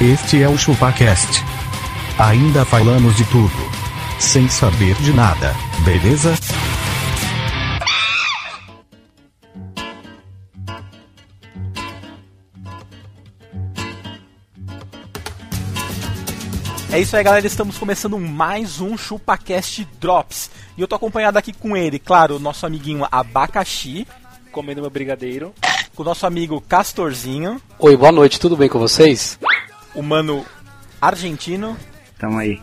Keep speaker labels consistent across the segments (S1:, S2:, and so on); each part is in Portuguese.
S1: Este é o ChupaCast. Ainda falamos de tudo. Sem saber de nada, beleza?
S2: É isso aí, galera. Estamos começando mais um ChupaCast Drops. E eu tô acompanhado aqui com ele, claro, o nosso amiguinho Abacaxi,
S3: comendo meu brigadeiro.
S2: com o nosso amigo Castorzinho,
S4: Oi, boa noite, tudo bem com vocês?
S2: o mano argentino
S5: Tamo aí.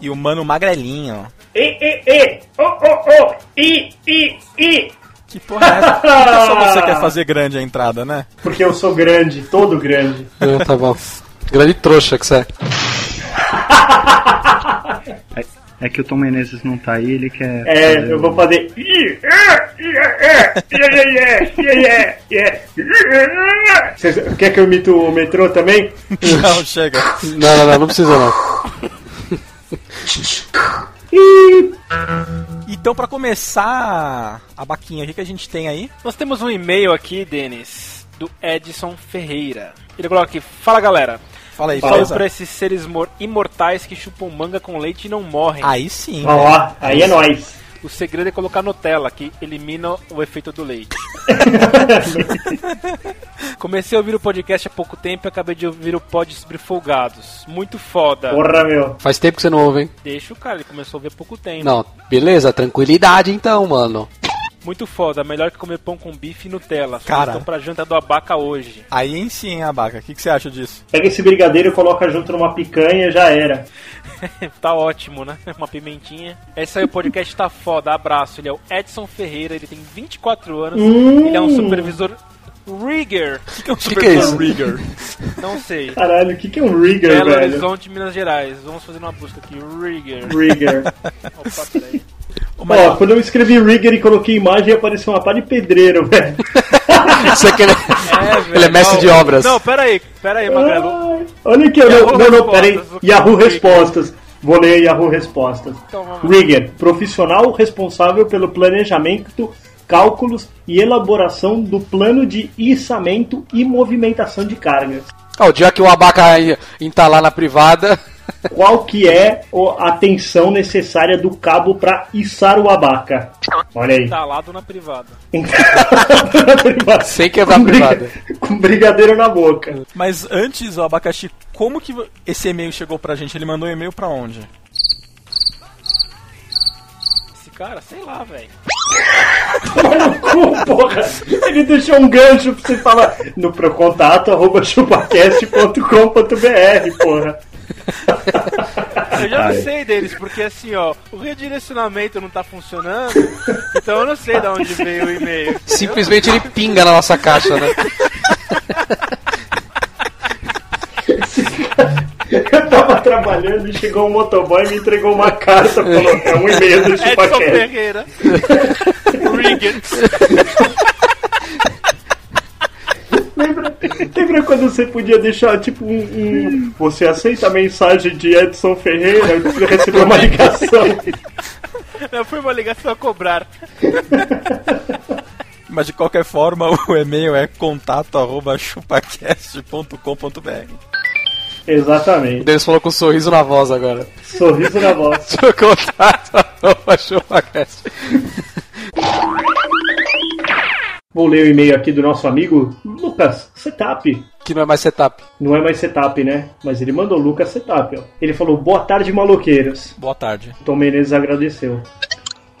S2: e o mano magrelinho.
S6: E, e, e, o, o, o, i, i, i.
S2: Que porra é essa? Por que só você quer fazer grande a entrada, né?
S6: Porque eu sou grande, todo grande.
S4: Ah, tá bom. Grande trouxa que você é.
S5: É que o Tom Menezes não tá aí, ele quer.
S6: É,
S5: fazer
S6: eu
S5: o-
S6: vou fazer. i, é, i, é, é, iê, iê, iê, iê, iê, iê. Vocês- Quer que eu imite o metrô também?
S2: Não, chega.
S4: Não, não, não, não precisa não.
S2: Então, pra começar a baquinha, o que, que a gente tem aí?
S3: Nós temos um e-mail aqui, Denis, do Edson Ferreira. Ele coloca aqui: Fala galera,
S2: Fala aí,
S3: fala
S2: beleza?
S3: pra esses seres mor- imortais que chupam manga com leite e não morrem.
S2: Aí sim.
S6: Ó,
S2: né?
S6: ó, aí é nóis.
S3: O segredo é colocar Nutella, que elimina o efeito do leite. Comecei a ouvir o podcast há pouco tempo e acabei de ouvir o pod sobre folgados. Muito foda.
S6: Porra, meu.
S4: Faz tempo que você não ouve, hein?
S3: Deixa o cara, ele começou a ouvir há pouco tempo.
S4: Não, beleza, tranquilidade então, mano.
S3: Muito foda, melhor que comer pão com bife e Nutella.
S2: Cara.
S3: Sugestão pra janta do abaca hoje.
S2: Aí sim, hein, Abaca. O que, que você acha disso?
S6: Pega esse brigadeiro e coloca junto numa picanha, já era.
S3: Tá ótimo, né? Uma pimentinha. É isso aí, o podcast tá foda. Abraço. Ele é o Edson Ferreira, ele tem 24 anos. Ele é um supervisor rigger.
S2: O que, que é um
S4: Hum. Que que é isso?
S2: Rigger?
S3: Não sei.
S6: Caralho, o que, que é um rigger,
S3: Belo
S6: velho? Um
S3: Horizonte, Minas Gerais. Vamos fazer uma busca aqui. Rigger.
S6: Rigger.
S3: Opa, peraí.
S6: Ó, quando eu escrevi rigger e coloquei imagem, apareceu uma pá de pedreiro, velho.
S4: Você quer...
S3: velho,
S4: Ele é mestre
S3: não.
S4: de obras. Ah.
S3: Não, peraí. Peraí, Magrelo.
S6: Ai, Olha aqui, não, não,
S3: Yahoo
S6: não,
S3: Respostas,
S6: peraí.
S3: o que
S6: Yahoo
S3: que é?
S6: Respostas. Vou ler Yahoo Respostas.
S3: Então, vamos lá.
S6: Rigger, profissional responsável pelo planejamento, cálculos e elaboração do plano de içamento e movimentação de cargas.
S4: Ah, o dia que o abaca en- entalar na privada.
S6: Qual que é o- a tensão necessária do cabo para içar o abaca? Olha aí.
S3: Talado Tá na privada.
S4: Sem quebrar a privada.
S6: Com brigadeiro na boca.
S2: Mas antes, ó, Abacaxi, como que vo- esse e-mail chegou pra gente? Ele mandou um e-mail pra onde?
S3: Esse cara, sei lá, velho.
S6: Pô, porra, ele deixou um gancho pra você falar no procontato arroba chupacast.com.br, porra.
S3: Eu já não
S5: Ai.
S3: sei deles, porque assim, ó, o redirecionamento não tá funcionando, então eu não sei de onde veio o e-mail.
S4: Simplesmente ele pinga na nossa caixa, né?
S6: Eu tava trabalhando e chegou um motoboy e me entregou uma carta, falou, é um e-mail do
S3: Edson
S6: chupacast.
S3: Ferreira. Riggins.
S6: Lembra, lembra quando você podia deixar, tipo, um, um- Você aceita a mensagem de Edson Ferreira? Você recebeu uma ligação.
S3: Eu fui uma ligação a cobrar.
S2: Mas de qualquer forma, o e-mail é contato@chupacast.com.br.
S4: O
S6: Exatamente.
S4: Denis falou com um sorriso na voz agora.
S6: Sorriso na voz.
S4: Seu contato, arroba chupacast.
S6: Vou ler o e-mail aqui do nosso amigo Lucas Setup.
S4: Que não é mais setup.
S6: Não é mais setup, né? Mas ele mandou Lucas setup, ó. Ele falou: Boa tarde, maloqueiros.
S2: Boa tarde.
S6: Tom Menezes agradeceu.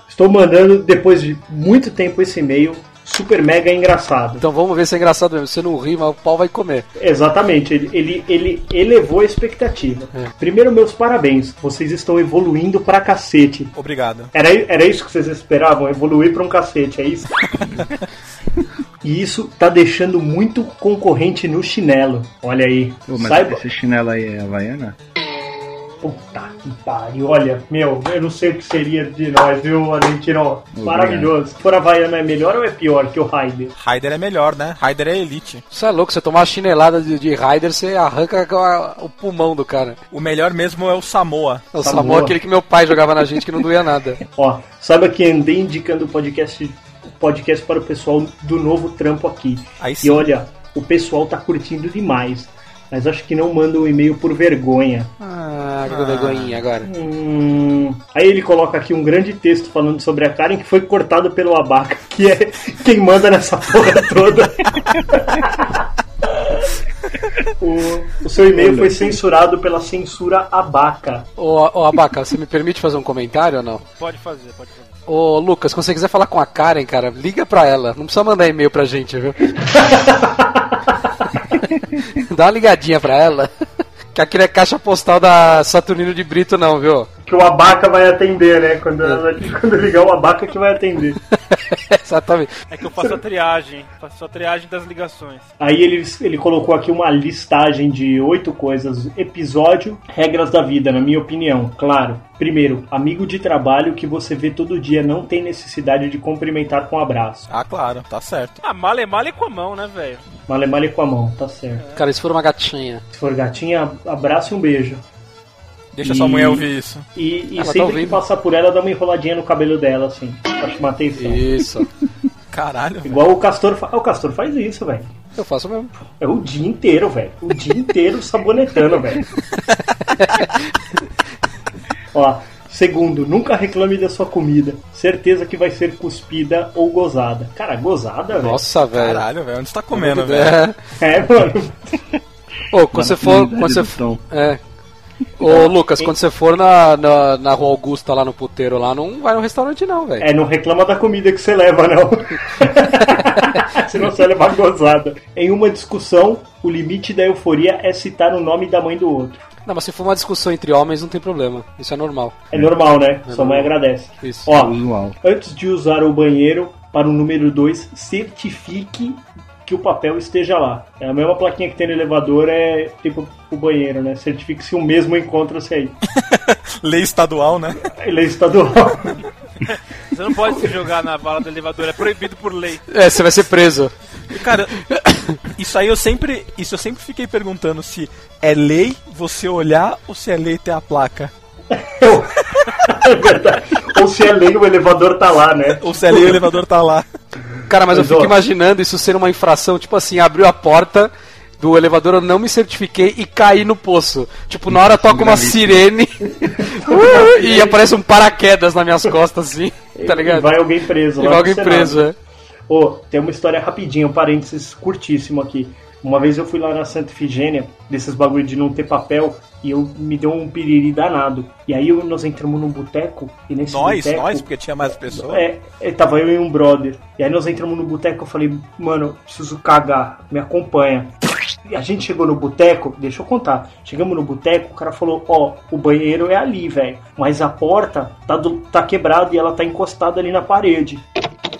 S6: Estou mandando, depois de muito tempo, esse e-mail super mega engraçado.
S4: Então vamos ver se é engraçado mesmo. Se não rir, mas o pau vai comer.
S6: Exatamente, ele, ele, ele elevou a expectativa. Primeiro, meus parabéns. Vocês estão evoluindo pra cacete.
S2: Obrigado.
S6: Era, era isso que vocês esperavam? Evoluir pra um cacete, é isso? e isso tá deixando muito concorrente no chinelo. Olha aí.
S5: Pô, mas
S6: Saiba-
S5: esse chinelo aí é havaiana?
S6: Puta que pariu, olha, meu, eu não sei o que seria de nós, viu, Alentirão? Maravilhoso. Se for Havaiana é melhor ou é pior que o Raider?
S2: Raider é melhor, né? Raider é elite.
S4: Você é louco, você tomar uma chinelada de, de Raider, você arranca a- o pulmão do cara.
S2: O melhor mesmo é o Samoa.
S4: O
S6: Tá
S4: Samoa
S6: boa.
S4: é aquele que meu pai jogava na gente que não doía nada.
S6: Ó, saiba que andei indicando o podcast, o podcast para o pessoal do novo trampo aqui.
S2: Aí sim.
S6: E olha, o pessoal tá curtindo demais. Mas acho que não manda um e-mail por vergonha.
S4: Ah, que vergonhinha agora.
S6: Hum, Aí ele coloca aqui um grande texto falando sobre a Karen que foi cortado pelo Abaca, que é quem manda nessa porra toda. o, o seu e-mail foi censurado pela censura Abaca.
S4: Ô, ô Abaca, você me permite fazer um comentário ou não?
S3: Pode fazer, pode fazer.
S4: Ô, Lucas, quando você quiser falar com a Karen, cara, liga pra ela. Não precisa mandar e-mail pra gente, viu? Dá uma ligadinha pra ela. Que aqui não é caixa postal da Saturnino de Brito, não, viu?
S6: Que o Abaca vai atender, né? Quando, quando ligar o Abaca que vai atender.
S4: Exatamente.
S3: É que eu faço a triagem, faço a triagem das ligações.
S6: Aí ele, ele colocou aqui uma listagem de oito coisas. Episódio, regras da vida, na minha opinião, claro. Primeiro, amigo de trabalho que você vê todo dia não tem necessidade de cumprimentar com abraço.
S2: Ah, claro, tá certo.
S3: Ah, male male com a mão, né, velho?
S6: Male male com a mão, tá certo.
S4: Cara, isso foi uma gatinha.
S6: Se for gatinha, abraço e um beijo.
S2: Deixa sua mulher ouvir isso.
S6: E, e
S4: Ela tá
S6: sempre que
S4: ouvindo.
S6: passar por ela, dá uma enroladinha no cabelo dela, assim, pra chamar atenção.
S4: Isso.
S2: Caralho. velho.
S6: Igual o Castor faz. O Castor faz isso, velho.
S4: Eu faço mesmo.
S6: É o dia inteiro, velho. O dia inteiro sabonetando, velho. Ó, segundo, nunca reclame da sua comida. Certeza que vai ser cuspida ou gozada. Cara, gozada, velho.
S4: Nossa, velho.
S2: Caralho, velho. Onde você tá comendo, velho?
S4: É.
S6: É, mano.
S4: Ô, quando você for. Quando você
S5: Maravilha
S4: for
S5: do
S4: é. Ô, Lucas, quando você for na, na, na Rua Augusta, lá no puteiro, lá, não vai no restaurante, não, velho.
S6: É, não reclama da comida que você leva, não. Senão você vai levar gozada. Em uma discussão, o limite da euforia é citar o nome da mãe do outro.
S4: Não, mas se for uma discussão entre homens, não tem problema. Isso é normal.
S6: É normal, né? Sua mãe agradece.
S4: Isso.
S6: Ó,
S5: Usual.
S6: Antes de usar o banheiro, para o número 2, certifique que o papel esteja lá. É a mesma plaquinha que tem no elevador, é tipo o banheiro, né? Certifique se o mesmo encontra-se aí.
S2: Lei estadual, né?
S6: Ele é estadual.
S3: Você não pode se jogar na bala do elevador, é proibido por lei.
S4: É, você vai ser preso.
S2: Cara, isso aí eu sempre. Isso eu sempre fiquei perguntando se é lei você olhar ou se é lei ter a placa.
S6: É verdade. Ou se é lei, o elevador tá lá, né?
S2: Ou se é lei o elevador tá lá.
S4: Cara, mas eu
S6: Mas,
S4: fico
S6: ó.
S4: imaginando isso ser uma infração, tipo assim, abriu a porta do elevador, eu não me certifiquei e caí no poço. Tipo, na hora toca uma
S5: Gravíssimo.
S4: sirene uh, e aparece um paraquedas nas minhas costas, assim, tá
S6: E
S4: ligado?
S6: vai alguém preso
S4: E
S6: lá.
S4: vai alguém
S6: pro Senado.
S4: preso, é.
S6: Ô, tem uma história rapidinha, um parênteses curtíssimo aqui. Uma vez eu fui lá na Santa Ifigênia, desses bagulho de não ter papel, e eu me deu um piriri danado. E aí eu- nós entramos num boteco, e nesse
S2: Nós,
S6: boteco...
S2: nós, porque tinha mais pessoas.
S6: É, é, tava eu e um brother. E aí nós entramos no boteco, eu falei, mano, preciso cagar, me acompanha. E a gente chegou no boteco, deixa eu contar. Chegamos no boteco, o cara falou, ó, o banheiro é ali, velho. Mas a porta tá, do- tá quebrada e ela tá encostada ali na parede.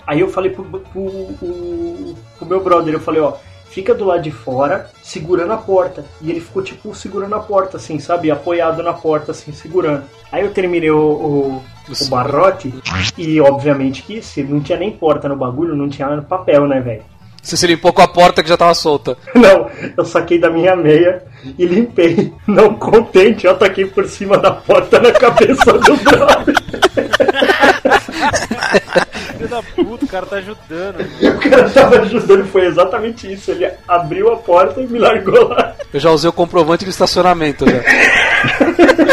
S6: Aí eu falei pro, pro- pro- pro meu brother, eu falei, ó, fica do lado de fora, segurando a porta. E ele ficou, tipo, segurando a porta, assim, sabe? Apoiado na porta, assim, segurando. Aí eu terminei o, o, o barrote, e obviamente que se não tinha nem porta no bagulho, não tinha papel, né, velho?
S4: Você se limpou com a porta que já tava solta.
S6: Não, eu saquei da minha meia e limpei. Não contente, eu taquei por cima da porta na cabeça do brother.
S3: Filho da puta, o cara tá ajudando.
S6: E o cara tava ajudando, foi exatamente isso. Ele abriu a porta e me largou lá.
S4: Eu já usei o comprovante do estacionamento né? já.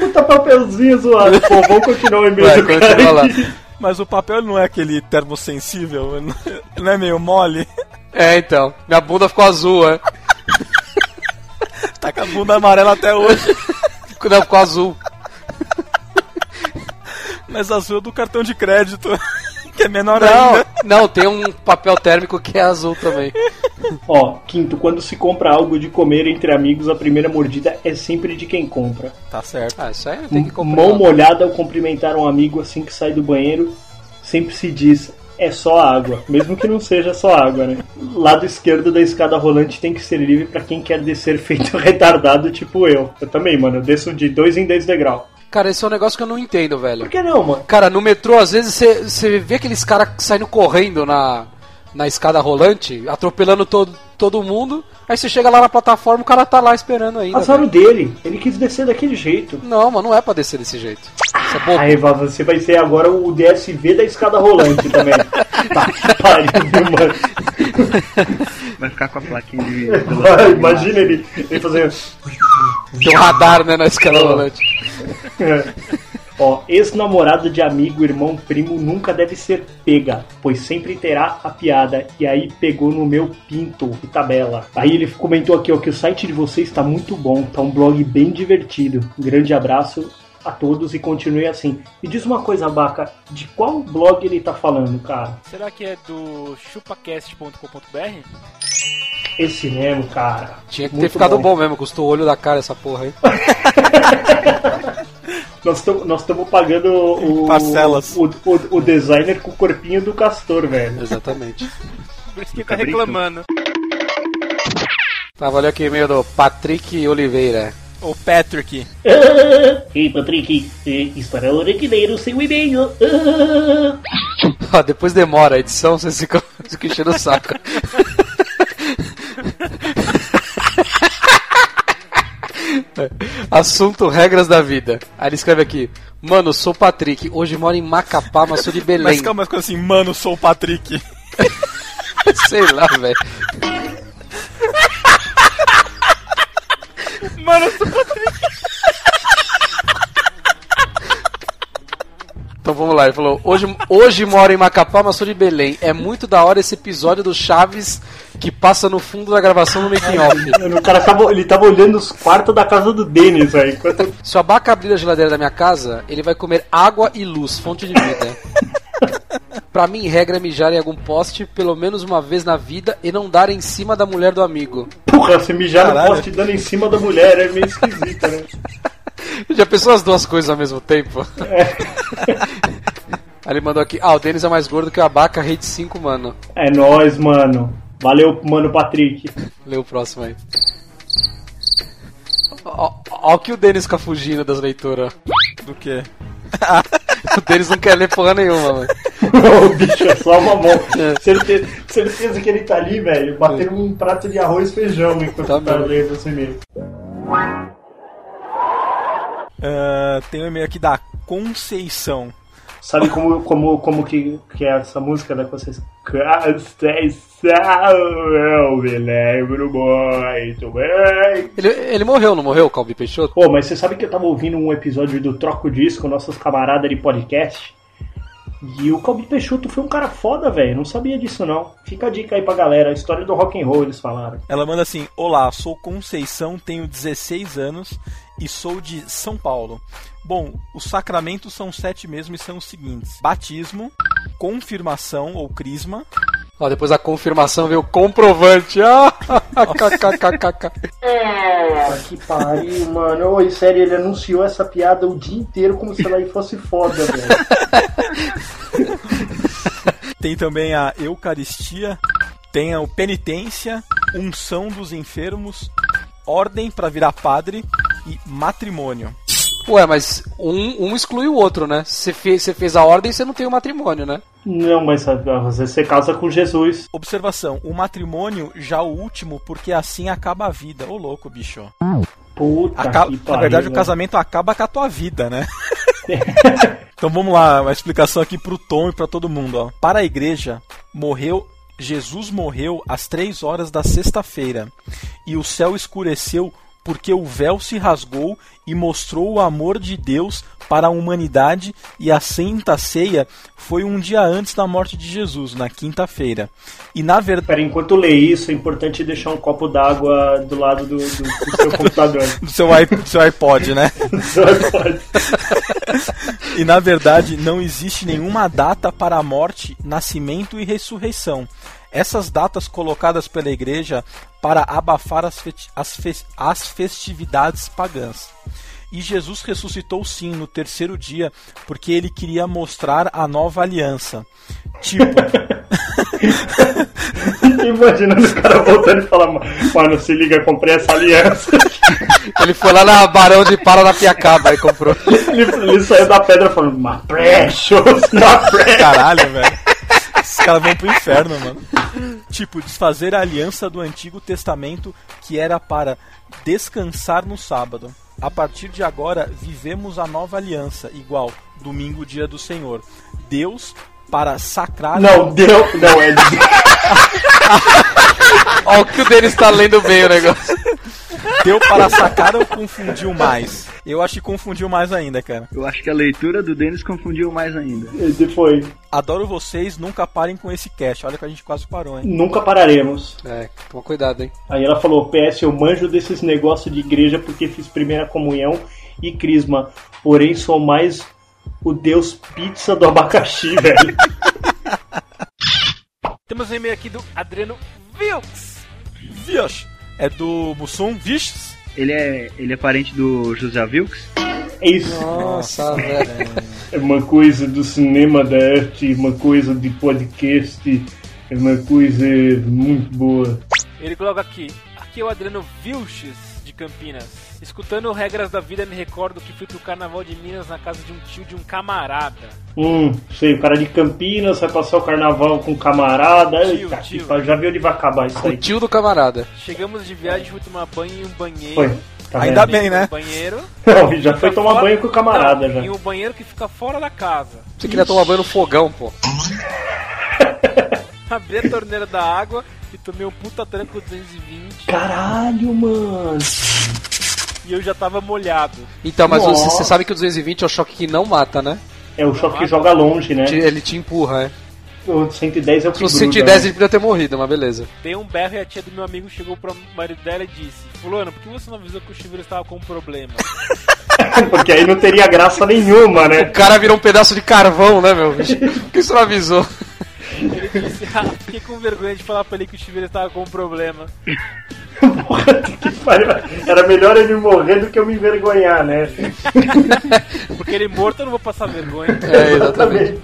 S6: Puta papelzinho zoado. Pô, vamos continuar o e-mail
S4: Vai,
S6: do cara
S4: continua lá.
S6: aqui.
S2: Mas o papel ele não é aquele termosensível, ele não- ele não é meio mole.
S4: É, então. Minha bunda ficou azul, é.
S2: Tá com a bunda amarela até hoje.
S4: Não, ficou azul.
S2: Mas azul é do cartão de crédito. Que é menor
S4: Não,
S2: ainda.
S4: não, tem um papel térmico que é azul também.
S6: Ó, quinto, quando se compra algo de comer entre amigos, a primeira mordida é sempre de quem compra.
S2: Tá certo.
S4: Ah, isso aí tem que comprar.
S6: Mão molhada ao cumprimentar um amigo assim que sai do banheiro, sempre se diz é só água, mesmo que não seja só água, né? Lado esquerdo da escada rolante tem que ser livre pra quem quer descer feito um retardado, tipo eu. Eu também, mano, eu desço de dois em dois degrau.
S4: Cara, esse é um negócio que eu não entendo, velho.
S6: Por que não, mano?
S4: Cara, no metrô, às vezes, você- você vê aqueles caras saindo correndo na, na escada rolante, atropelando todo, todo mundo. Aí você chega lá na plataforma, o cara tá lá esperando ainda.
S6: Azar
S4: velho.
S6: o dele. Ele quis descer daquele jeito.
S4: Não, mano, não é pra descer desse jeito. Isso é bobo.
S6: Aí, Vá, você vai ser agora o DSV da escada rolante também. tá, pariu, viu, mano.
S5: Vai ficar com a plaquinha de.
S6: Vai, Imagina ele, ele fazendo.
S4: Tem um radar, né, na escada rolante.
S6: Ó, ex-namorado de amigo, irmão, primo nunca deve ser pega, pois sempre terá a piada. E aí pegou no meu pinto e tabela. Aí ele comentou aqui, ó, que o site de vocês tá muito bom, tá um blog bem divertido. Grande abraço a todos e continue assim. E diz uma coisa, Baca, de qual blog ele tá falando, cara?
S3: Será que é do chupacast.com.br?
S6: Esse mesmo, cara.
S4: Tinha que ter
S6: Muito
S4: ficado bom. mesmo, custou o olho da cara essa porra aí.
S6: Nós estamos pagando o,
S2: Parcelas.
S6: o, o, o designer com o corpinho do castor, velho.
S4: Exatamente.
S3: Por isso que
S5: Do
S3: tá
S5: cabrito.
S3: reclamando.
S4: Tá, valeu aqui o e-mail do Patrick Oliveira.
S2: O Patrick.
S6: Ei, Patrick, estará hora de ler o seu e-mail.
S4: Ó, depois demora a edição, vocês ficam, vocês ficam enchendo o saco. Assunto regras da vida. Aí ele escreve aqui: Mano, sou o Patrick, hoje moro em Macapá, mas sou de Belém.
S2: Mas calma, ficou assim, mano, sou o Patrick.
S4: Sei lá, velho.
S3: Mano, eu sou Patrick.
S4: Então vamos lá, ele falou: hoje, hoje moro em Macapá, mas sou de Belém. É muito da hora esse episódio do Chaves que passa no fundo da gravação no making off.
S6: o cara tava, ele tava olhando os quartos da casa do Denis aí. enquanto-
S4: Se o abaca abrir a geladeira da minha casa, ele vai comer água e luz, fonte de vida. pra mim, regra é mijar em algum poste pelo menos uma vez na vida e não dar em cima da mulher do amigo.
S6: Porra, você mijar no
S2: Caralho.
S6: poste dando em cima da mulher é meio esquisito, né?
S4: Já pensou as duas coisas ao mesmo tempo? Aí ele mandou aqui, ah, o Denis é mais gordo que o abaca, rei de 5, mano.
S6: É nóis, mano. Valeu, mano, Patrick.
S4: Lê o próximo aí. Ó, ó o que o Denis fica fugindo das leituras.
S2: Do quê?
S4: O Denis não quer ler porra nenhuma, mano.
S6: o bicho é só uma mão. Certeza, certeza que ele tá ali, velho, batendo um prato de arroz e feijão enquanto
S4: Tá
S6: tá, tá
S4: mesmo.
S6: lendo esse e-mail.
S2: Ah, tem um e-mail aqui da Conceição.
S6: Sabe como, como, como que, que é essa música da Conceição? Conceição, eu me lembro muito bem.
S4: Ele, ele morreu, não morreu, Calbi Peixoto?
S6: Pô, mas você sabe que eu tava ouvindo um episódio do Troco Disco, nossos camaradas de podcast? E o Calbi Peixoto foi um cara foda, velho. Não sabia disso, não. Fica a dica aí pra galera. A história do rock and roll, eles falaram.
S2: Ela manda assim: Olá, sou Conceição, tenho 16 anos e sou de São Paulo. Bom, os sacramentos são sete mesmo e são os seguintes: batismo, confirmação ou crisma,
S4: Ó, depois da confirmação veio o comprovante. Ah, kkkk.
S6: Puta que pariu, mano. Oi, sério, ele anunciou essa piada o dia inteiro como se ela aí fosse foda, velho.
S2: tem também a Eucaristia, tem a penitência, unção dos enfermos, ordem pra virar padre e matrimônio.
S4: Ué, mas um, um exclui o outro, né? Você fez, você fez a ordem, você não tem o matrimônio, né?
S6: Não, mas às vezes você casa com Jesus.
S2: Observação: o matrimônio já o último, porque assim acaba a vida. Ô louco, bicho.
S6: Puta
S2: Acaba-
S6: que pariu. né?
S2: na verdade, o
S6: velho.
S2: casamento acaba com a tua vida, né? então vamos lá, uma explicação aqui pro Tom e pra todo mundo. Ó. Para a igreja, morreu. Jesus morreu às três horas da sexta-feira, e o céu escureceu porque o véu se rasgou e mostrou o amor de Deus para a humanidade, e a Santa Ceia foi um dia antes da morte de Jesus, na quinta-feira. E na verdade.
S6: Pera, enquanto lê isso, é importante deixar um copo d'água do lado do, do- do seu computador.
S2: Do seu, i- do seu iPod, né? E na verdade, não existe nenhuma data para a morte, nascimento e ressurreição. Essas datas colocadas pela igreja para abafar as, feti- as fe- as festividades pagãs. E Jesus ressuscitou sim no terceiro dia, porque ele queria mostrar a nova aliança. Tipo,
S6: Imaginando o cara voltando e falar, mano, se liga, comprei essa aliança.
S4: Ele foi lá na Barão de Paranapiacaba e comprou.
S6: Ele, ele saiu da pedra falando, my precious, my precious.
S2: caralho, velho. Esses caras vão pro inferno, mano. Tipo, desfazer a aliança do Antigo Testamento que era para descansar no sábado. A partir de agora, vivemos a nova aliança, igual domingo, dia do Senhor. Deus para sacrar.
S6: Não, deu. Não, é.
S4: Ó, o que o Denis tá lendo bem o negócio.
S2: Deu para sacar ou confundiu mais? Eu acho que confundiu mais ainda, cara.
S5: Eu acho que a leitura do Denis confundiu mais ainda.
S6: Esse é foi.
S2: Adoro vocês, nunca parem com esse cast. Olha que a gente quase parou, hein?
S6: Nunca pararemos.
S4: É, toma cuidado, hein.
S6: Aí ela falou: PS, eu manjo desses negócios de igreja porque fiz primeira comunhão e crisma. Porém, sou mais o Deus pizza do abacaxi, velho.
S3: Temos um e-mail aqui do Adriano Vilks.
S2: Vish! É do Mussum Vish?
S5: Ele é, ele é parente do José Wilkes?
S6: É isso.
S4: Nossa, velho.
S6: É uma coisa do cinema, da arte, uma coisa de podcast. É uma coisa muito boa.
S3: Ele coloca aqui. Aqui é o Adriano Vilches, de Campinas. Escutando regras da vida, me recordo que fui pro carnaval de Minas na casa de um tio de um camarada.
S6: Hum, sei, o cara de Campinas vai passar o carnaval com o camarada.
S3: Tio,
S6: Eita, que
S3: tio.
S6: pa- já vi onde vai acabar isso
S4: O
S6: aí.
S4: tio do camarada.
S3: Chegamos de viagem, fui tomar banho em um banheiro.
S6: Foi. Tá
S2: Ainda
S6: vendo?
S2: bem, né?
S3: Um banheiro.
S6: Não, já foi
S3: Fica
S6: tomar
S3: Tá fora-
S6: banho com o camarada
S3: Não, Em
S6: já.
S3: um banheiro que fica fora da casa.
S4: Você queria tomar banho no fogão, pô.
S3: Abri a torneira da água e tomei um puta tranco 220
S6: Caralho, mano.
S3: e eu já tava molhado.
S4: Então, mas
S6: Nossa.
S4: você, você sabe que o 220 é o choque que não mata, né?
S6: É o choque que joga longe, né?
S4: Te- Ele te empurra, né?
S6: O 110 é o que
S4: No
S6: gruda,
S4: 110
S6: né?
S4: ele podia ter morrido, mas beleza.
S3: Dei um berro e a tia do meu amigo chegou pro marido dela e disse: Fulano, por que você não avisou que o chuveiro estava com um problema?
S6: Porque aí não teria graça nenhuma, né?
S4: O cara virou um pedaço de carvão, né, meu bicho? Por que você não avisou?
S3: Ele disse: Ah, fiquei com vergonha de falar pra ele que o chuveiro estava com um problema.
S6: Porra, que pariu. Era melhor ele morrer do que eu me envergonhar, né?
S3: Porque ele é morto eu não vou passar vergonha.
S4: É, exatamente.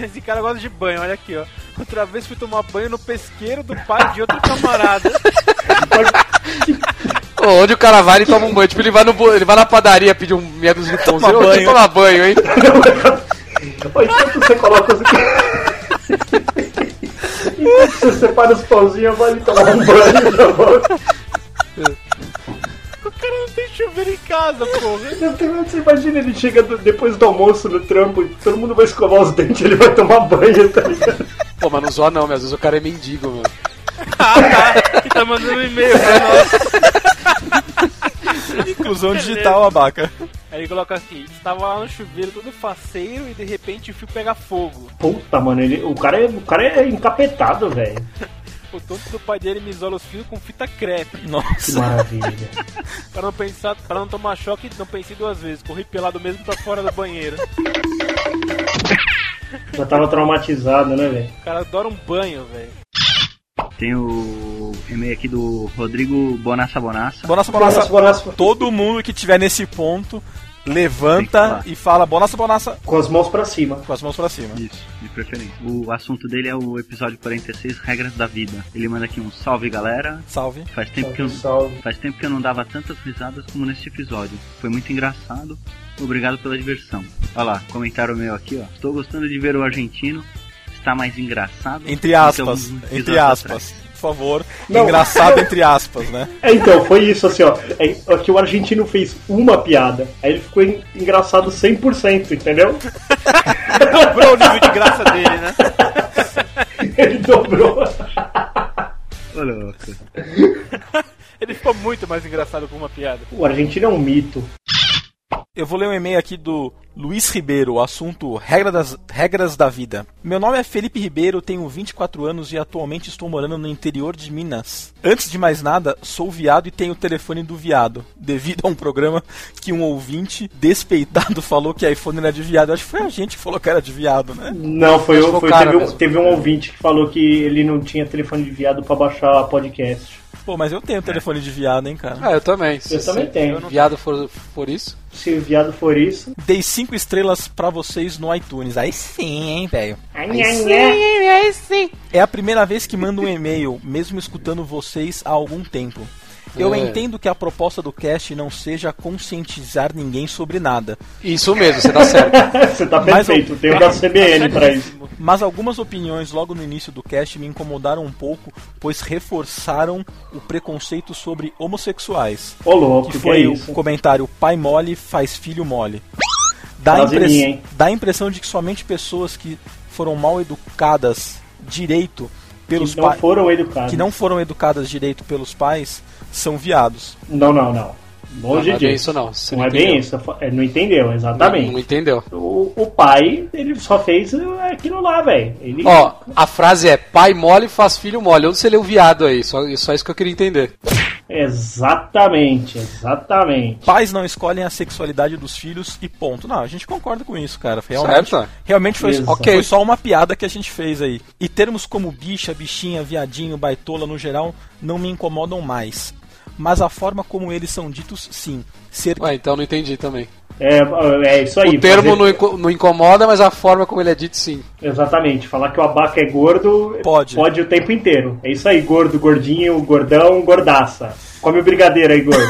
S3: Esse cara gosta de banho, olha aqui, ó. Outra vez fui tomar banho no pesqueiro do pai de outro camarada.
S4: Ô, onde o cara vai, ele toma um banho. Tipo, ele vai, no, bu- ele vai na padaria pedir um meia dos pãozinho. Eu vou
S2: banho.
S4: tomar banho, hein?
S6: Ou enquanto você coloca os. Enquanto você separa os pauzinhos, vai ali tomar um banho já volta.
S3: O cara não tem chuveiro em casa, porra.
S6: Eu tenho- Você imagina ele chega do- depois do almoço no trampo, e todo mundo vai escovar os dentes, ele vai tomar banho, tá ligado?
S4: Pô, mas não zoa não, meu. Às vezes o cara é mendigo, meu.
S3: Ah, tá. Ele tá mandando um e-mail pra nós.
S2: Inclusão digital, abaca.
S3: Aí ele coloca aqui: Estava lá no chuveiro todo faceiro e de repente o fio pega fogo.
S6: Puta, mano, ele, o, cara é, o cara é encapetado, velho.
S3: O tonto do pai dele me isola os fios com fita crepe.
S6: Que
S2: Nossa.
S6: maravilha.
S3: Pra não pensar, para não tomar choque, não pensei duas vezes. Corri pelado mesmo pra fora do banheiro.
S6: Já tava traumatizado, né, velho?
S3: O cara adora um banho, velho.
S5: Tem o e-mail aqui do Rodrigo Bonassa Bonassa.
S2: Boa nossa, boa
S6: Bonassa,
S2: nossa.
S6: bonassa.
S2: Todo mundo que tiver nesse ponto,
S5: Tem
S2: levanta
S5: que
S2: e fala boa nossa, boa nossa,
S6: Com as mãos pra cima.
S2: com as mãos pra cima.
S5: Isso, de preferência. O assunto dele é o episódio 46, Regras da Vida. Ele manda aqui um salve galera.
S2: Salve.
S5: Faz tempo que eu,
S6: Salve, salve.
S5: faz tempo que eu não dava tantas risadas como neste episódio. Foi muito engraçado. Obrigado pela diversão. Olha lá, comentário meu aqui, ó. Estou gostando de ver o argentino. Está mais engraçado.
S2: Entre aspas,
S5: Então, uns
S2: entre
S5: episódios
S2: aspas. Por favor.
S6: Não.
S2: Engraçado entre aspas, né?
S6: É, então, foi isso, assim, ó. É, ó, que o argentino fez uma piada, aí ele ficou en- engraçado 100%, entendeu?
S3: Dobrou o nível de graça dele, né?
S6: Ele dobrou.
S5: atrás. Ô, louco.
S3: Ele ficou muito mais engraçado com uma piada.
S6: O argentino é um mito.
S2: Eu vou ler um e-mail aqui do Luiz Ribeiro, o assunto regra das, regras da vida. Meu nome é Felipe Ribeiro, tenho 24 anos e atualmente estou morando no interior de Minas. Antes de mais nada, sou viado e tenho o telefone do viado, devido a um programa que um ouvinte despeitado falou que iPhone era de viado. Acho que foi a gente que falou que era de viado, né?
S6: Não, foi,
S4: Mas foi o
S6: foi
S4: cara
S6: teve, um,
S4: mesmo.
S6: teve um ouvinte que falou que ele não tinha telefone de viado pra baixar podcast.
S2: Pô, mas eu tenho telefone de viado, hein, cara.
S4: Ah, eu também. Se,
S6: Eu também tenho.
S4: se viado for, for isso.
S6: Se o viado for isso.
S2: Dei cinco estrelas pra vocês no iTunes. Aí sim, hein, velho. É a primeira vez que mando um e-mail, mesmo escutando vocês há algum tempo. Eu
S4: É.
S2: entendo que a proposta do cast não seja conscientizar ninguém sobre nada,
S4: Isso mesmo, você tá certo.
S6: Você tá
S2: Mas eu-
S6: perfeito, tem o da CBN pra isso.
S2: mas algumas opiniões logo no início do cast me incomodaram um pouco, pois reforçaram o preconceito sobre homossexuais.
S6: Ô louco,
S2: Que
S6: que,
S2: foi
S6: é
S2: o
S6: isso?
S2: comentário pai mole faz filho mole. Dá, a
S6: Frase
S2: impress-
S6: minha, hein?
S2: dá a impressão de que somente pessoas que foram mal educadas direito pelos
S6: Que não
S2: pais.
S6: foram educados.
S2: Que não foram educadas direito pelos pais são viados.
S6: Não, não, não. Longe
S4: Não, não é
S6: disso.
S4: bem isso, não. Você
S6: não
S4: não
S6: é bem
S4: entendeu.
S6: isso. É, Não entendeu,
S4: Não
S6: exatamente.
S4: entendeu.
S6: O, o pai, ele só fez é, aquilo lá, velho. Ele...
S4: Ó, a frase é pai mole faz filho mole. Onde você leu viado aí? Só, só isso que eu queria entender.
S6: Exatamente, exatamente.
S2: Pais não escolhem a sexualidade dos filhos e ponto. Não, a gente concorda com isso, cara. Realmente,
S4: Certo.
S2: realmente foi,
S6: Exato.
S2: ok, foi só uma piada que a gente fez aí. E termos como bicha, bichinha, viadinho, baitola no geral não me incomodam mais. Mas a forma como eles são ditos, sim. Ser
S4: Ué, então não entendi também.
S6: É, é isso aí.
S4: o termo
S6: fazer-
S4: não, inco- não incomoda, mas a forma como ele é dito, sim.
S6: Exatamente, falar que o abaca é gordo
S2: Pode.
S6: pode o tempo inteiro. É isso aí, gordo, gordinho, gordão, gordaça. Come o brigadeiro aí, gordo.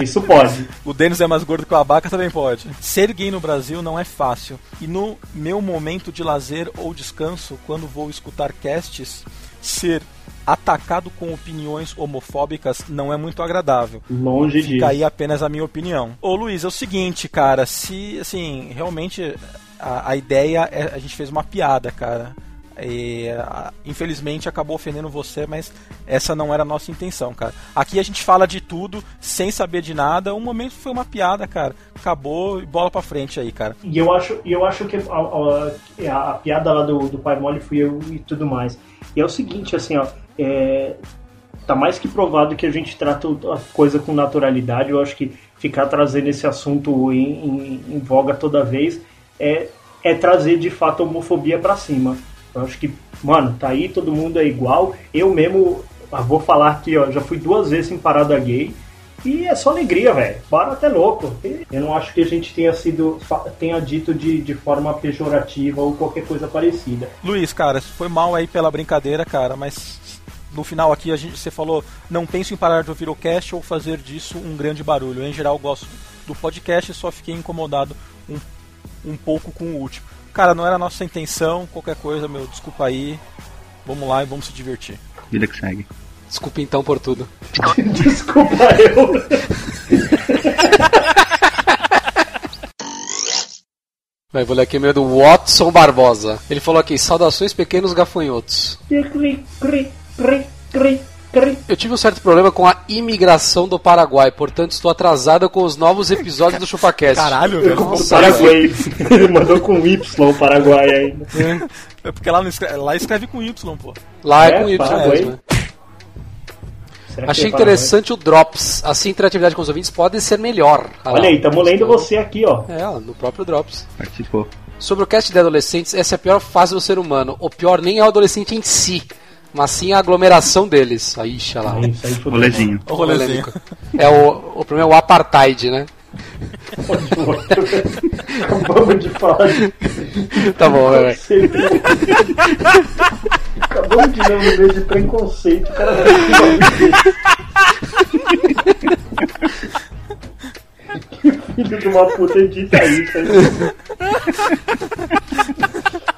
S6: isso pode.
S2: O Denis é mais gordo que o Abaca também pode. Ser gay no Brasil não é fácil. E no meu momento de lazer ou descanso, quando vou escutar casts, ser atacado com opiniões homofóbicas não é muito agradável.
S6: Longe disso.
S2: Fica aí apenas a minha opinião. Ô Luiz, é o seguinte, cara, se assim, realmente a, a ideia é a gente fez uma piada, cara. E, a- infelizmente acabou ofendendo você, mas essa não era a nossa intenção, cara. Aqui a gente fala de tudo, sem saber de nada. Um momento foi uma piada, cara. Acabou e bola pra frente aí, cara.
S6: E eu acho, e eu acho que a, a- a piada lá do, do pai mole fui eu e tudo mais. E é o seguinte, assim, ó, é, tá mais que provado que a gente trata o- a coisa com naturalidade. Eu acho que ficar trazendo esse assunto em, em- em voga toda vez é, é trazer de fato a homofobia pra cima. Eu acho que, mano, tá aí, todo mundo é igual. Eu mesmo, ah, vou falar aqui, ó, já fui duas vezes em parada gay. E é só alegria, velho. Para até louco. Eu não acho que a gente tenha sido fa- tenha dito de, de forma pejorativa ou qualquer coisa parecida.
S2: Luiz, cara, foi mal aí pela brincadeira, cara, mas no final aqui a gente, você falou, não penso em parar de ouvir o cast ou fazer disso um grande barulho. Eu, em geral, gosto do podcast, só fiquei incomodado um, um pouco com o último. Cara, não era a nossa intenção, qualquer coisa, meu, desculpa aí. Vamos lá e vamos se divertir.
S5: Vida que segue.
S4: Desculpa então por tudo.
S6: Desculpa eu.
S4: Vai, vou ler aqui o meu do Watson Barbosa. Ele falou aqui, saudações pequenos gafanhotos.
S6: Cri, cri, cri, cri, cri.
S4: Eu tive um certo problema com a imigração do Paraguai, portanto estou atrasada com os novos episódios do ChupaCast.
S2: Caralho,
S6: Eu
S2: velho.
S6: como
S4: nossa,
S6: Paraguai. Ele mandou com Y o Paraguai ainda.
S2: É porque lá, não escreve, lá escreve com Y, pô.
S4: Lá é,
S6: É,
S4: com Y
S6: Paraguai.
S4: mesmo. né?
S6: Será que
S4: Achei
S6: é Paraguai?
S4: interessante o Drops. Assim, a interatividade com os ouvintes pode ser melhor. Ah lá.
S6: Olha aí, estamos lendo você aqui, ó.
S4: É, ó, no próprio Drops.
S5: Participou.
S4: Sobre o cast de adolescentes, essa é a pior fase do ser humano. O pior nem é o adolescente em si, mas sim a aglomeração deles. Aí, xa lá.
S6: Ah, isso aí foi
S5: Rolezinho.
S2: Ô,
S3: assim.
S2: rolezinho.
S4: Polêmico. É o, o problema é o apartheid, né?
S6: Acabamos de falar de
S4: Tá bom, né?
S6: preconceito. Acabamos de ler um livro de preconceito. O cara tá Que filho de uma puta edita isso. aí.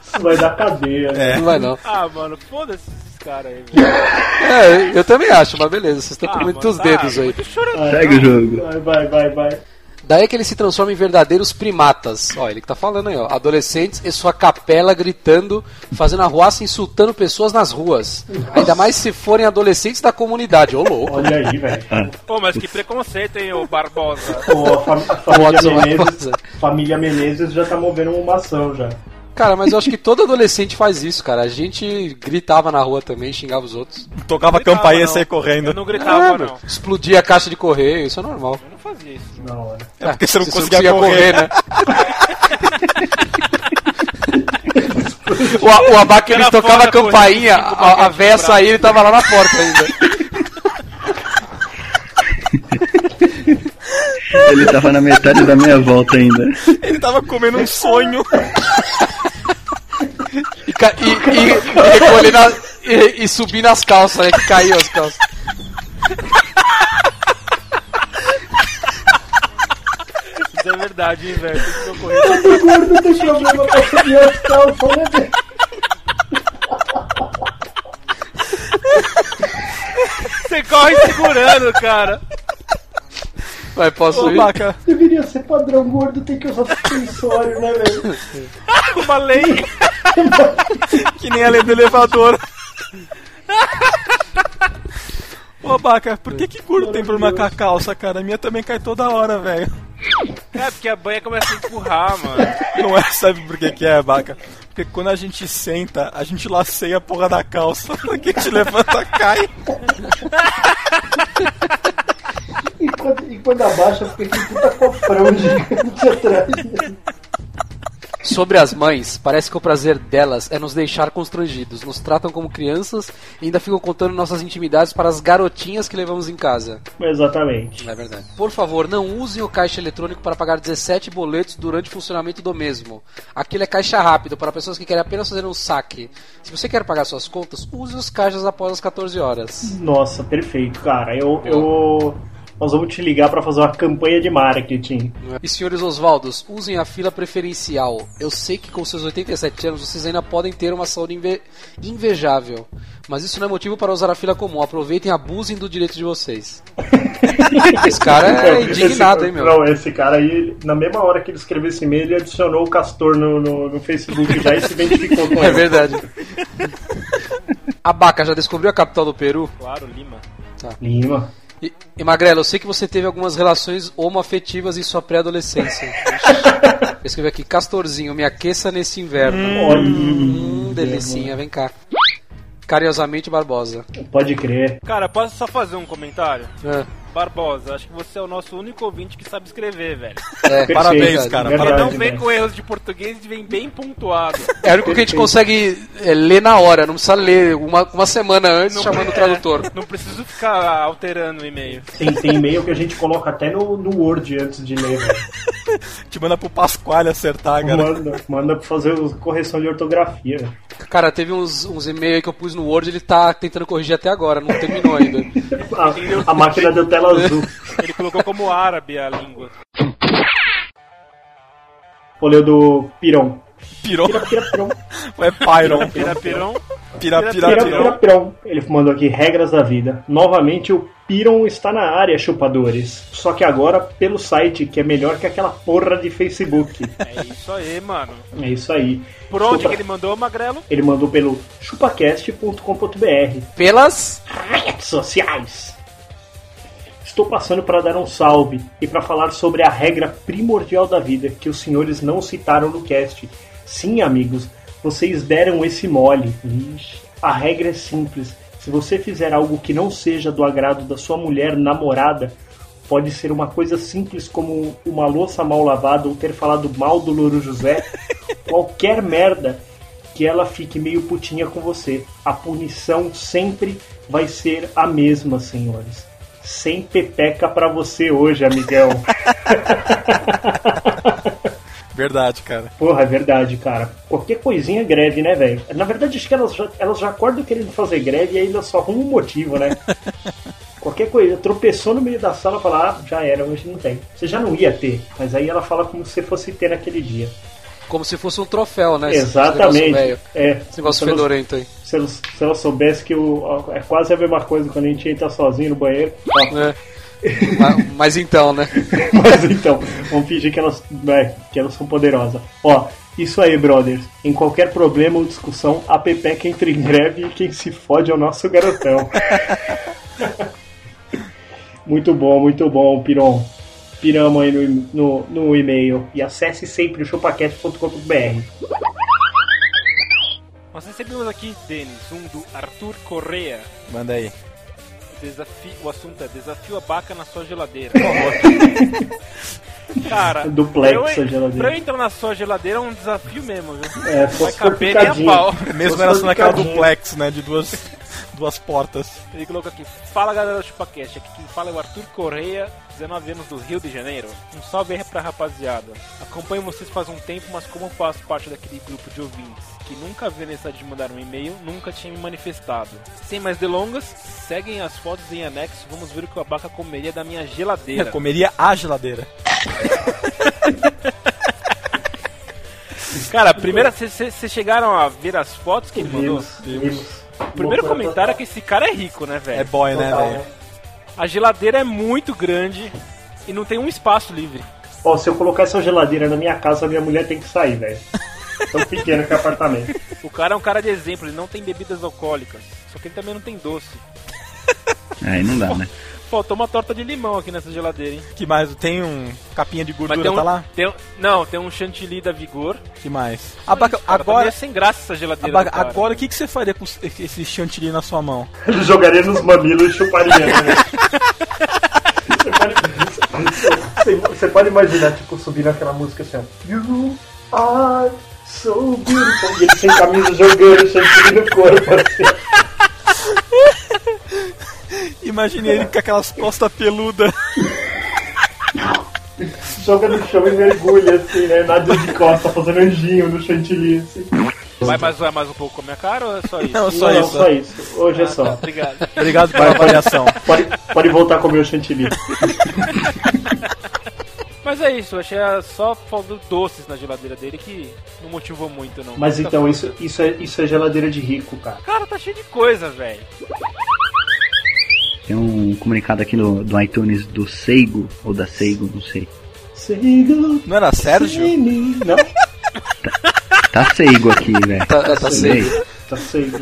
S6: Isso vai dar cadeia. né?
S4: Não vai não.
S3: Ah, mano, foda-se esses caras aí, velho.
S4: É, eu também acho, mas beleza, vocês estão
S3: Ah,
S4: com
S3: mano,
S4: muitos
S3: tá,
S4: dedos aí.
S3: muito chorando.
S5: Segue o jogo.
S6: Vai, vai, vai, vai.
S4: Daí é que eles se transformam em verdadeiros primatas. Ó, ele que tá falando aí, ó. Adolescentes e sua capela gritando, fazendo arruaça, insultando pessoas nas ruas. Ainda mais se forem adolescentes da comunidade. Ô, louco.
S6: Olha aí, velho.
S3: Pô, mas que preconceito, hein, ô Barbosa.
S6: Pô, a, fam- a família,
S4: Watson,
S6: Menezes,
S4: Watson.
S6: família Menezes já tá movendo uma ação já.
S4: Cara, mas eu acho que todo adolescente faz isso, cara. A gente gritava na rua também, xingava os outros.
S2: Tocava
S3: Gritava,
S2: campainha e
S3: não.
S2: saía correndo.
S3: Eu não gritava,
S4: meu,
S3: não.
S4: Explodia a caixa de correio, isso é normal.
S3: Eu não fazia isso.
S6: Na hora.
S2: É porque você não
S4: Se
S2: conseguia correr,
S4: né? o, a- o abaca ele
S3: Era
S4: tocava
S3: foda,
S4: a campainha,
S3: pô,
S4: a, a véia saía ele tava lá na porta ainda.
S5: Ele tava na metade da minha volta ainda.
S2: Ele tava comendo um sonho.
S4: E, ca- e, e, e recolhendo a- e, e subindo as calças, né? Que caiu as calças.
S3: Isso é verdade, hein, velho? Tem que socorrer.
S6: O gordo tem problema pra subir o calcão.
S3: Você corre segurando, cara.
S4: Vai, posso
S2: Ô,
S4: ir?
S2: Baca,
S6: Deveria ser padrão gordo, tem que usar suspensório, né, velho?
S3: Uma lei.
S2: que nem a lei do elevador. Ô, Baca, por que que curto tem problema com a calça, cara? A minha também cai toda hora, velho.
S3: É, porque a banha começa a empurrar, mano.
S2: Não é, sabe por que que é, Baca? Porque quando a gente senta, a gente laceia a porra da calça. Quem a gente levanta, cai.
S6: E quando, e quando abaixa, fica aquele puta cofrão gigante atrás.
S4: Sobre as mães, parece que o prazer delas é nos deixar constrangidos. Nos tratam como crianças e ainda ficam contando nossas intimidades para as garotinhas que levamos em casa.
S6: Exatamente.
S4: É verdade. Por favor, não usem o caixa eletrônico para pagar 17 boletos durante o funcionamento do mesmo. Aquilo é caixa rápido para pessoas que querem apenas fazer um saque. Se você quer pagar suas contas, use os caixas após as 14 horas.
S6: Nossa, perfeito, cara. Eu. eu... Nós vamos te ligar pra fazer uma campanha de marketing.
S4: é? E senhores Osvaldos, usem a fila preferencial. Eu sei que com seus 87 anos vocês ainda podem ter uma saúde inve- invejável, mas isso não é motivo para usar a fila comum. Aproveitem e abusem do direito de vocês. Esse cara é
S6: Esse-
S4: indignado, hein, meu?
S6: Não, esse cara aí, ele- na mesma hora que ele escreveu esse e-mail, ele adicionou o Castor no, no, no Facebook já e se identificou com
S4: É
S6: ele.
S4: verdade. Abaca, já descobriu a capital do Peru?
S3: Claro, Lima.
S6: Lima.
S4: E, e Magrela, eu sei que você teve algumas relações homoafetivas em sua pré-adolescência. eu escrevi aqui, Castorzinho, me aqueça nesse inverno.
S6: Olha,
S4: Hum, delicinha, vem cá. Carinhosamente Barbosa.
S6: pode crer.
S3: Cara, posso só fazer um comentário?
S4: Ah,
S3: Barbosa, acho que você é o nosso único ouvinte que sabe escrever, velho.
S4: é,
S6: Perfeito,
S2: Parabéns, cara,
S6: verdade,
S3: Ele não
S6: né?
S3: vem com erros de português e vem bem pontuado.
S4: é o único que a gente consegue é, ler na hora, não precisa ler uma, uma semana antes chamando o
S6: É.
S4: tradutor.
S3: Não preciso ficar alterando o e-mail.
S6: Tem, tem e-mail que a gente coloca até no, no Word antes de ler. velho.
S2: Te manda pro Pasquale acertar, cara.
S6: Manda, manda pra fazer os- correção de ortografia. velho.
S4: Cara, teve uns, uns e-mails aí que eu pus no Word, ele tá tentando corrigir até agora, não terminou ainda.
S6: A, a máquina deu tela azul.
S3: Ele colocou como árabe a língua.
S6: Vou ler o do Pirão.
S2: Pirou.
S6: Pira, pira, pirão.
S2: É
S6: Então,
S2: Pyron.
S3: Pira pirão.
S2: Pira, pira,
S3: Pira,
S6: Pira,
S2: pirão.
S6: pira, pirão. Ele mandou aqui regras da vida. Novamente, o Pirão está na área, chupadores. Só que agora pelo site, que é melhor que aquela porra de Facebook.
S3: É isso aí, mano.
S6: É isso aí.
S3: Por onde
S6: Chupa-
S3: que ele mandou, Magrelo?
S6: Ele mandou pelo chupacast.com.br.
S4: Pelas.
S6: redes sociais. Estou passando para dar um salve e para falar sobre a regra primordial da vida que os senhores não citaram no cast. Sim, amigos, vocês deram esse mole. Ixi. A regra é simples. Se você fizer algo que não seja do agrado da sua mulher namorada, pode ser uma coisa simples como uma louça mal lavada ou ter falado mal do Louro José, qualquer merda que ela fique meio putinha com você. A punição sempre vai ser a mesma, senhores. Sem pepeca pra você hoje, amigão.
S2: Verdade, cara.
S6: Porra, é verdade, cara. Qualquer coisinha é greve, né, velho? Na verdade, acho que elas já, elas já acordam querendo fazer greve e ainda só arrumam um motivo, né? Qualquer coisa, tropeçou no meio da sala e fala, ah, já era, hoje não tem. Você já não ia ter, mas aí ela fala como se fosse ter naquele dia.
S4: Como se fosse um troféu, né? esse- esse negócio
S6: Exatamente.
S4: velho.
S6: É,
S4: Esse negócio
S6: você não-
S4: fedorento aí.
S6: se ela, se ela soubesse que o, é quase a mesma coisa quando a gente entra sozinho no banheiro. Ó,
S4: né? Ma- mas, então, né?
S6: Mas então, vamos fingir que elas, né, que elas são poderosas. Ó, isso aí, brothers. Em qualquer problema ou discussão, a Pepeca entra em greve e quem se fode é o nosso garotão. muito bom, muito bom, Piron. Piramos aí no, no, no e-mail. E acesse sempre o chupaquete.com.br.
S3: Nós recebemos aqui, Denis, um do Arthur Correa.
S2: Manda aí.
S3: Desafio, o assunto é desafio a baca na sua geladeira. Cara,
S6: Duplex
S3: pra eu-
S6: a geladeira.
S3: Pra eu entrar na sua geladeira é um desafio mesmo, viu?
S6: É,
S3: Vai
S6: fosse por
S3: caber nem a
S6: picadinho.
S3: pau.
S2: Mesmo
S6: Você
S2: era
S6: foi
S2: só naquela
S6: picadinho.
S2: duplex, né? De duas, duas portas.
S3: Ele colocou aqui, fala galera do ChupaCast, aqui quem fala é o Arthur Correia, 19 anos do Rio de Janeiro. Um salve aí pra rapaziada. Acompanho vocês faz um tempo, mas como eu faço parte daquele grupo de ouvintes que nunca vê necessidade de mandar um e-mail, nunca tinha me manifestado. Sem mais delongas, seguem as fotos em anexo, vamos ver o que o Abaca comeria da minha
S2: Eu
S3: geladeira.
S2: comeria a geladeira.
S3: Cara, primeiro, vocês chegaram a ver as fotos que ele mandou?
S6: Vimos, vimos.
S3: O primeiro comentário é que esse cara é rico, né,
S2: É
S3: velho?
S2: boy, né,
S6: Total,
S2: velho?
S6: né?
S3: A geladeira é muito grande e não tem um espaço livre.
S6: Ó, se eu colocar essa geladeira na minha casa, a minha mulher tem que sair, velho. Tão pequeno que é apartamento.
S3: O cara é um cara de exemplo, ele não tem bebidas alcoólicas. Só que ele também não tem doce.
S5: Aí não dá, né?
S3: Faltou uma torta de limão aqui nessa geladeira, hein?
S2: Que mais? Tem um capinha de gordura,
S3: tem um,
S2: tá lá?
S3: tem um- não, tem um chantilly da Vigor.
S2: Que mais? Abaca,
S3: Cara, tá meio
S2: agora,
S3: sem graça essa geladeira.
S2: abaca-
S3: do cara.
S2: agora, o que, que você faria com esse chantilly na sua mão?
S6: Ele jogaria nos mamilos e chuparia, né? Você pode- Você- Você pode imaginar, tipo, subindo aquela música assim, ó. You are so beautiful. E ele sem camisa jogando, chantilly no corpo, assim.
S2: Imagine ele com aquelas costas peludas.
S6: Joga no chão e mergulha, assim, né? Nada de costa, fazendo anjinho no chantilly, assim.
S3: Vai mais, vai mais um pouco com a minha cara ou é só isso? Ah, tá,
S2: Não, só
S6: não,
S2: isso. Ah, tá.
S6: só isso. Hoje é só.
S3: Obrigado.
S2: Obrigado pela avaliação.
S6: Pode, pode voltar a comer o chantilly.
S3: Mas é isso, eu achei só faltando doces na geladeira dele que não motivou muito, não.
S6: Mas
S3: Muita
S6: então,
S3: fruta.
S6: isso, isso, é, isso é geladeira de rico, cara.
S3: Cara, tá cheio de coisa, velho.
S5: Tem um comunicado aqui no, do iTunes do Seigo, ou da Seigo, não sei.
S6: Seigo,
S2: Não era Sérgio?
S6: Sini. Não,
S5: Tá Seigo aqui, velho.
S4: Tá, é, tá
S5: Sei.
S4: sem.
S6: tá Seigo.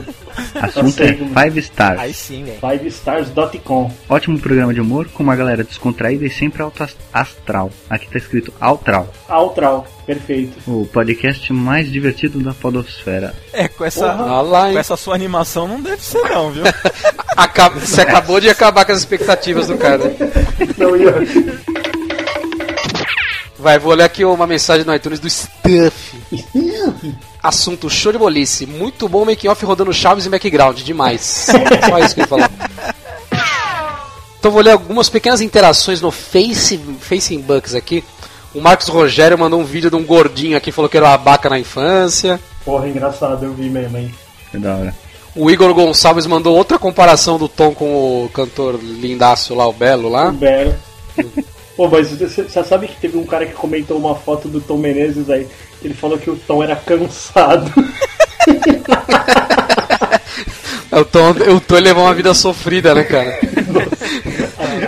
S5: Assunto
S6: Tá
S5: é
S6: Seigo, mano.
S5: Five Stars.
S2: Aí sim, velho.
S6: Fivestars.com.
S5: Ótimo programa de humor com uma galera descontraída e sempre alto as- astral. Aqui tá escrito altral.
S6: Altral, perfeito.
S5: O podcast mais divertido da podosfera.
S2: É, com essa,
S6: Porra.
S4: Olha lá,
S2: com
S4: hein?
S2: essa sua animação não deve ser não, viu?
S4: Acab- Você acabou de acabar com as expectativas do cara. né?
S6: Não, e eu,
S4: Vai, vou olhar aqui uma mensagem no iTunes do Stuff. Assunto show de bolice. Muito bom making off rodando Chaves e background. Demais. Só isso que ele falou. Então vou ler algumas pequenas interações no Face, Face Bucks aqui. O Marcos Rogério mandou um vídeo de um gordinho aqui, falou que era uma abaca na infância.
S6: porra, engraçado, eu vi mesmo, hein?
S5: Que É da hora.
S4: O Igor Gonçalves mandou outra comparação do Tom com o cantor lindaço lá, o Belo lá.
S6: Belo. Pô, mas você você sabe que teve um cara que comentou uma foto do Tom Menezes aí, que ele falou que o Tom era cansado.
S4: É, O Tom, o Tom levou uma vida sofrida, né, cara?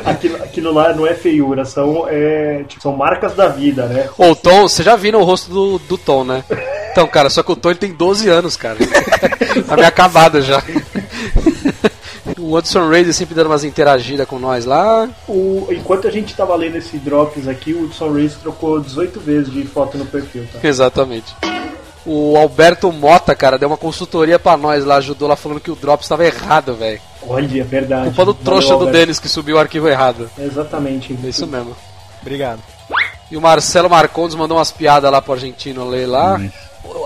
S6: Aquilo, aquilo lá não é feiura, são, é, tipo, são marcas da vida, né?
S4: Ô, o Tom, você já viram o rosto do, do Tom, né? Então, cara, só que o Tom ele tem 12 anos, cara. tá meio acabado já. O Anderson Reis sempre dando umas interagidas com nós lá.
S6: O, enquanto a gente tava lendo esse Drops aqui, o Hudson Reis trocou 18 vezes de foto no perfil, tá?
S4: Exatamente. O Alberto Mota, cara, deu uma consultoria pra nós lá, ajudou lá falando que o Drops tava errado, velho.
S6: Olha, é verdade.
S4: Culpa do
S6: Valeu,
S4: trouxa do
S6: Alberto.
S4: Denis que subiu o arquivo errado.
S6: Exatamente. Ah,
S4: É isso mesmo.
S2: Obrigado.
S4: E o Marcelo Marcondes mandou umas piadas lá pro argentino ler lá.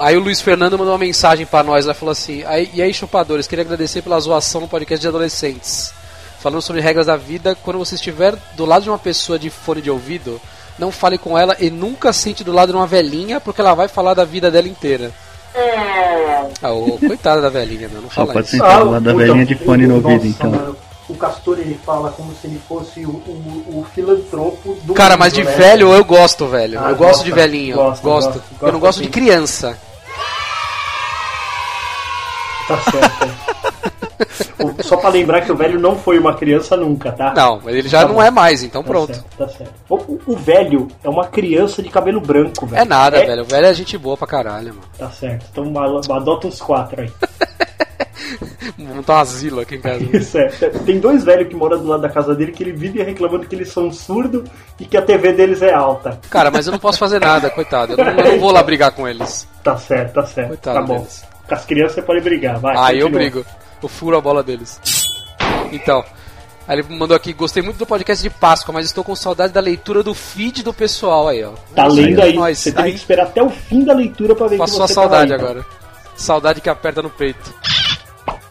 S4: Aí o Luiz Fernando mandou uma mensagem pra nós, ela falou assim: "Aí- E aí, chupadores, queria agradecer pela zoação no podcast de adolescentes. Falando sobre regras da vida, quando você estiver do lado de uma pessoa de fone de ouvido, não fale com ela e nunca sente do lado de uma velhinha, porque ela vai falar da vida dela inteira. Ah, ô, coitada da velhinha, meu, não
S5: Só
S4: fala
S5: pode
S4: isso.
S5: sentar do lado da
S6: puta,
S5: velhinha de fone no
S6: nossa,
S5: ouvido, então.
S6: mano, O Castor ele fala como se ele fosse o, o- o filantropo do.
S4: Cara, mas de
S6: mundo, né?
S4: velho eu gosto, velho.
S6: Ah,
S4: eu gosto de
S6: gosta,
S4: velhinho.
S6: gosta,
S4: gosto.
S6: gosta,
S4: Eu não gosto
S6: gosta
S4: de
S6: sim.
S4: criança.
S6: Tá certo. O- Só pra lembrar que o velho não foi uma criança nunca, tá?
S4: Ah, Não, mas ele já
S6: Tá
S4: não
S6: bom.
S4: é mais, então
S6: Tá
S4: pronto.
S6: certo, tá certo. O, o velho é uma criança de cabelo branco, velho.
S4: É nada, velho. O velho é gente boa pra caralho, mano.
S6: Tá certo. Então mal- adota uns quatro aí.
S4: Vamos montar um asilo aqui em casa.
S6: Isso é. Tem dois velhos que moram do lado da casa dele que ele vive reclamando que eles são surdos e que a TV deles é alta.
S4: Cara, mas eu não posso fazer nada, coitado. Eu não, eu não vou lá brigar com eles.
S6: Tá certo, tá certo.
S4: Coitado
S6: tá bom.
S4: deles.
S6: Com as crianças você pode brigar, vai.
S4: Aí eu
S6: Tá, continua.
S4: brigo. Eu furo a bola deles. Então. Aí ele mandou aqui, gostei muito do podcast de Páscoa, mas estou com saudade da leitura do feed do pessoal aí, ó.
S6: Tá lendo aí.
S4: Nós,
S6: você teve
S4: aí.
S6: que esperar até o fim da leitura pra ver
S4: Passou a
S6: que você tá tava
S4: saudade
S6: lendo.
S4: agora. Saudade que aperta no peito.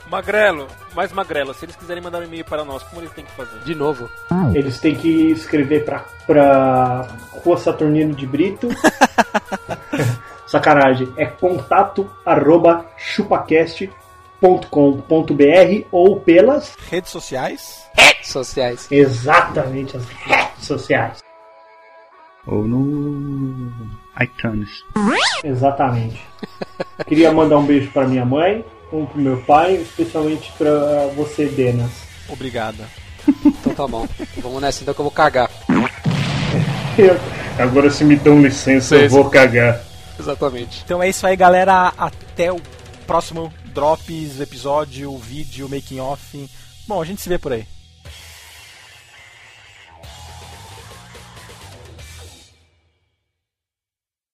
S3: Magrelo, mais magrelo, se eles quiserem mandar um e-mail para nós, como eles têm que fazer?
S4: De novo.
S6: Eles têm que escrever pra, pra Rua Saturnino de Brito. Sacanagem. É contato arroba chupacast.com.br ou pelas
S2: Redes sociais?
S4: Sociais.
S6: exatamente as redes sociais.
S5: ou no iTunes.
S6: Exatamente. Queria mandar um beijo pra minha mãe, um pro meu pai, especialmente pra você, Denas.
S2: Obrigado.
S4: Então tá bom. Vamos nessa então que eu vou cagar.
S6: Eu- Agora se me dão licença, eu
S4: Licença.
S6: vou cagar.
S4: Exatamente.
S2: Então é isso aí, galera. Até o próximo Drops, episódio, vídeo, making off. Bom, a gente se vê por aí.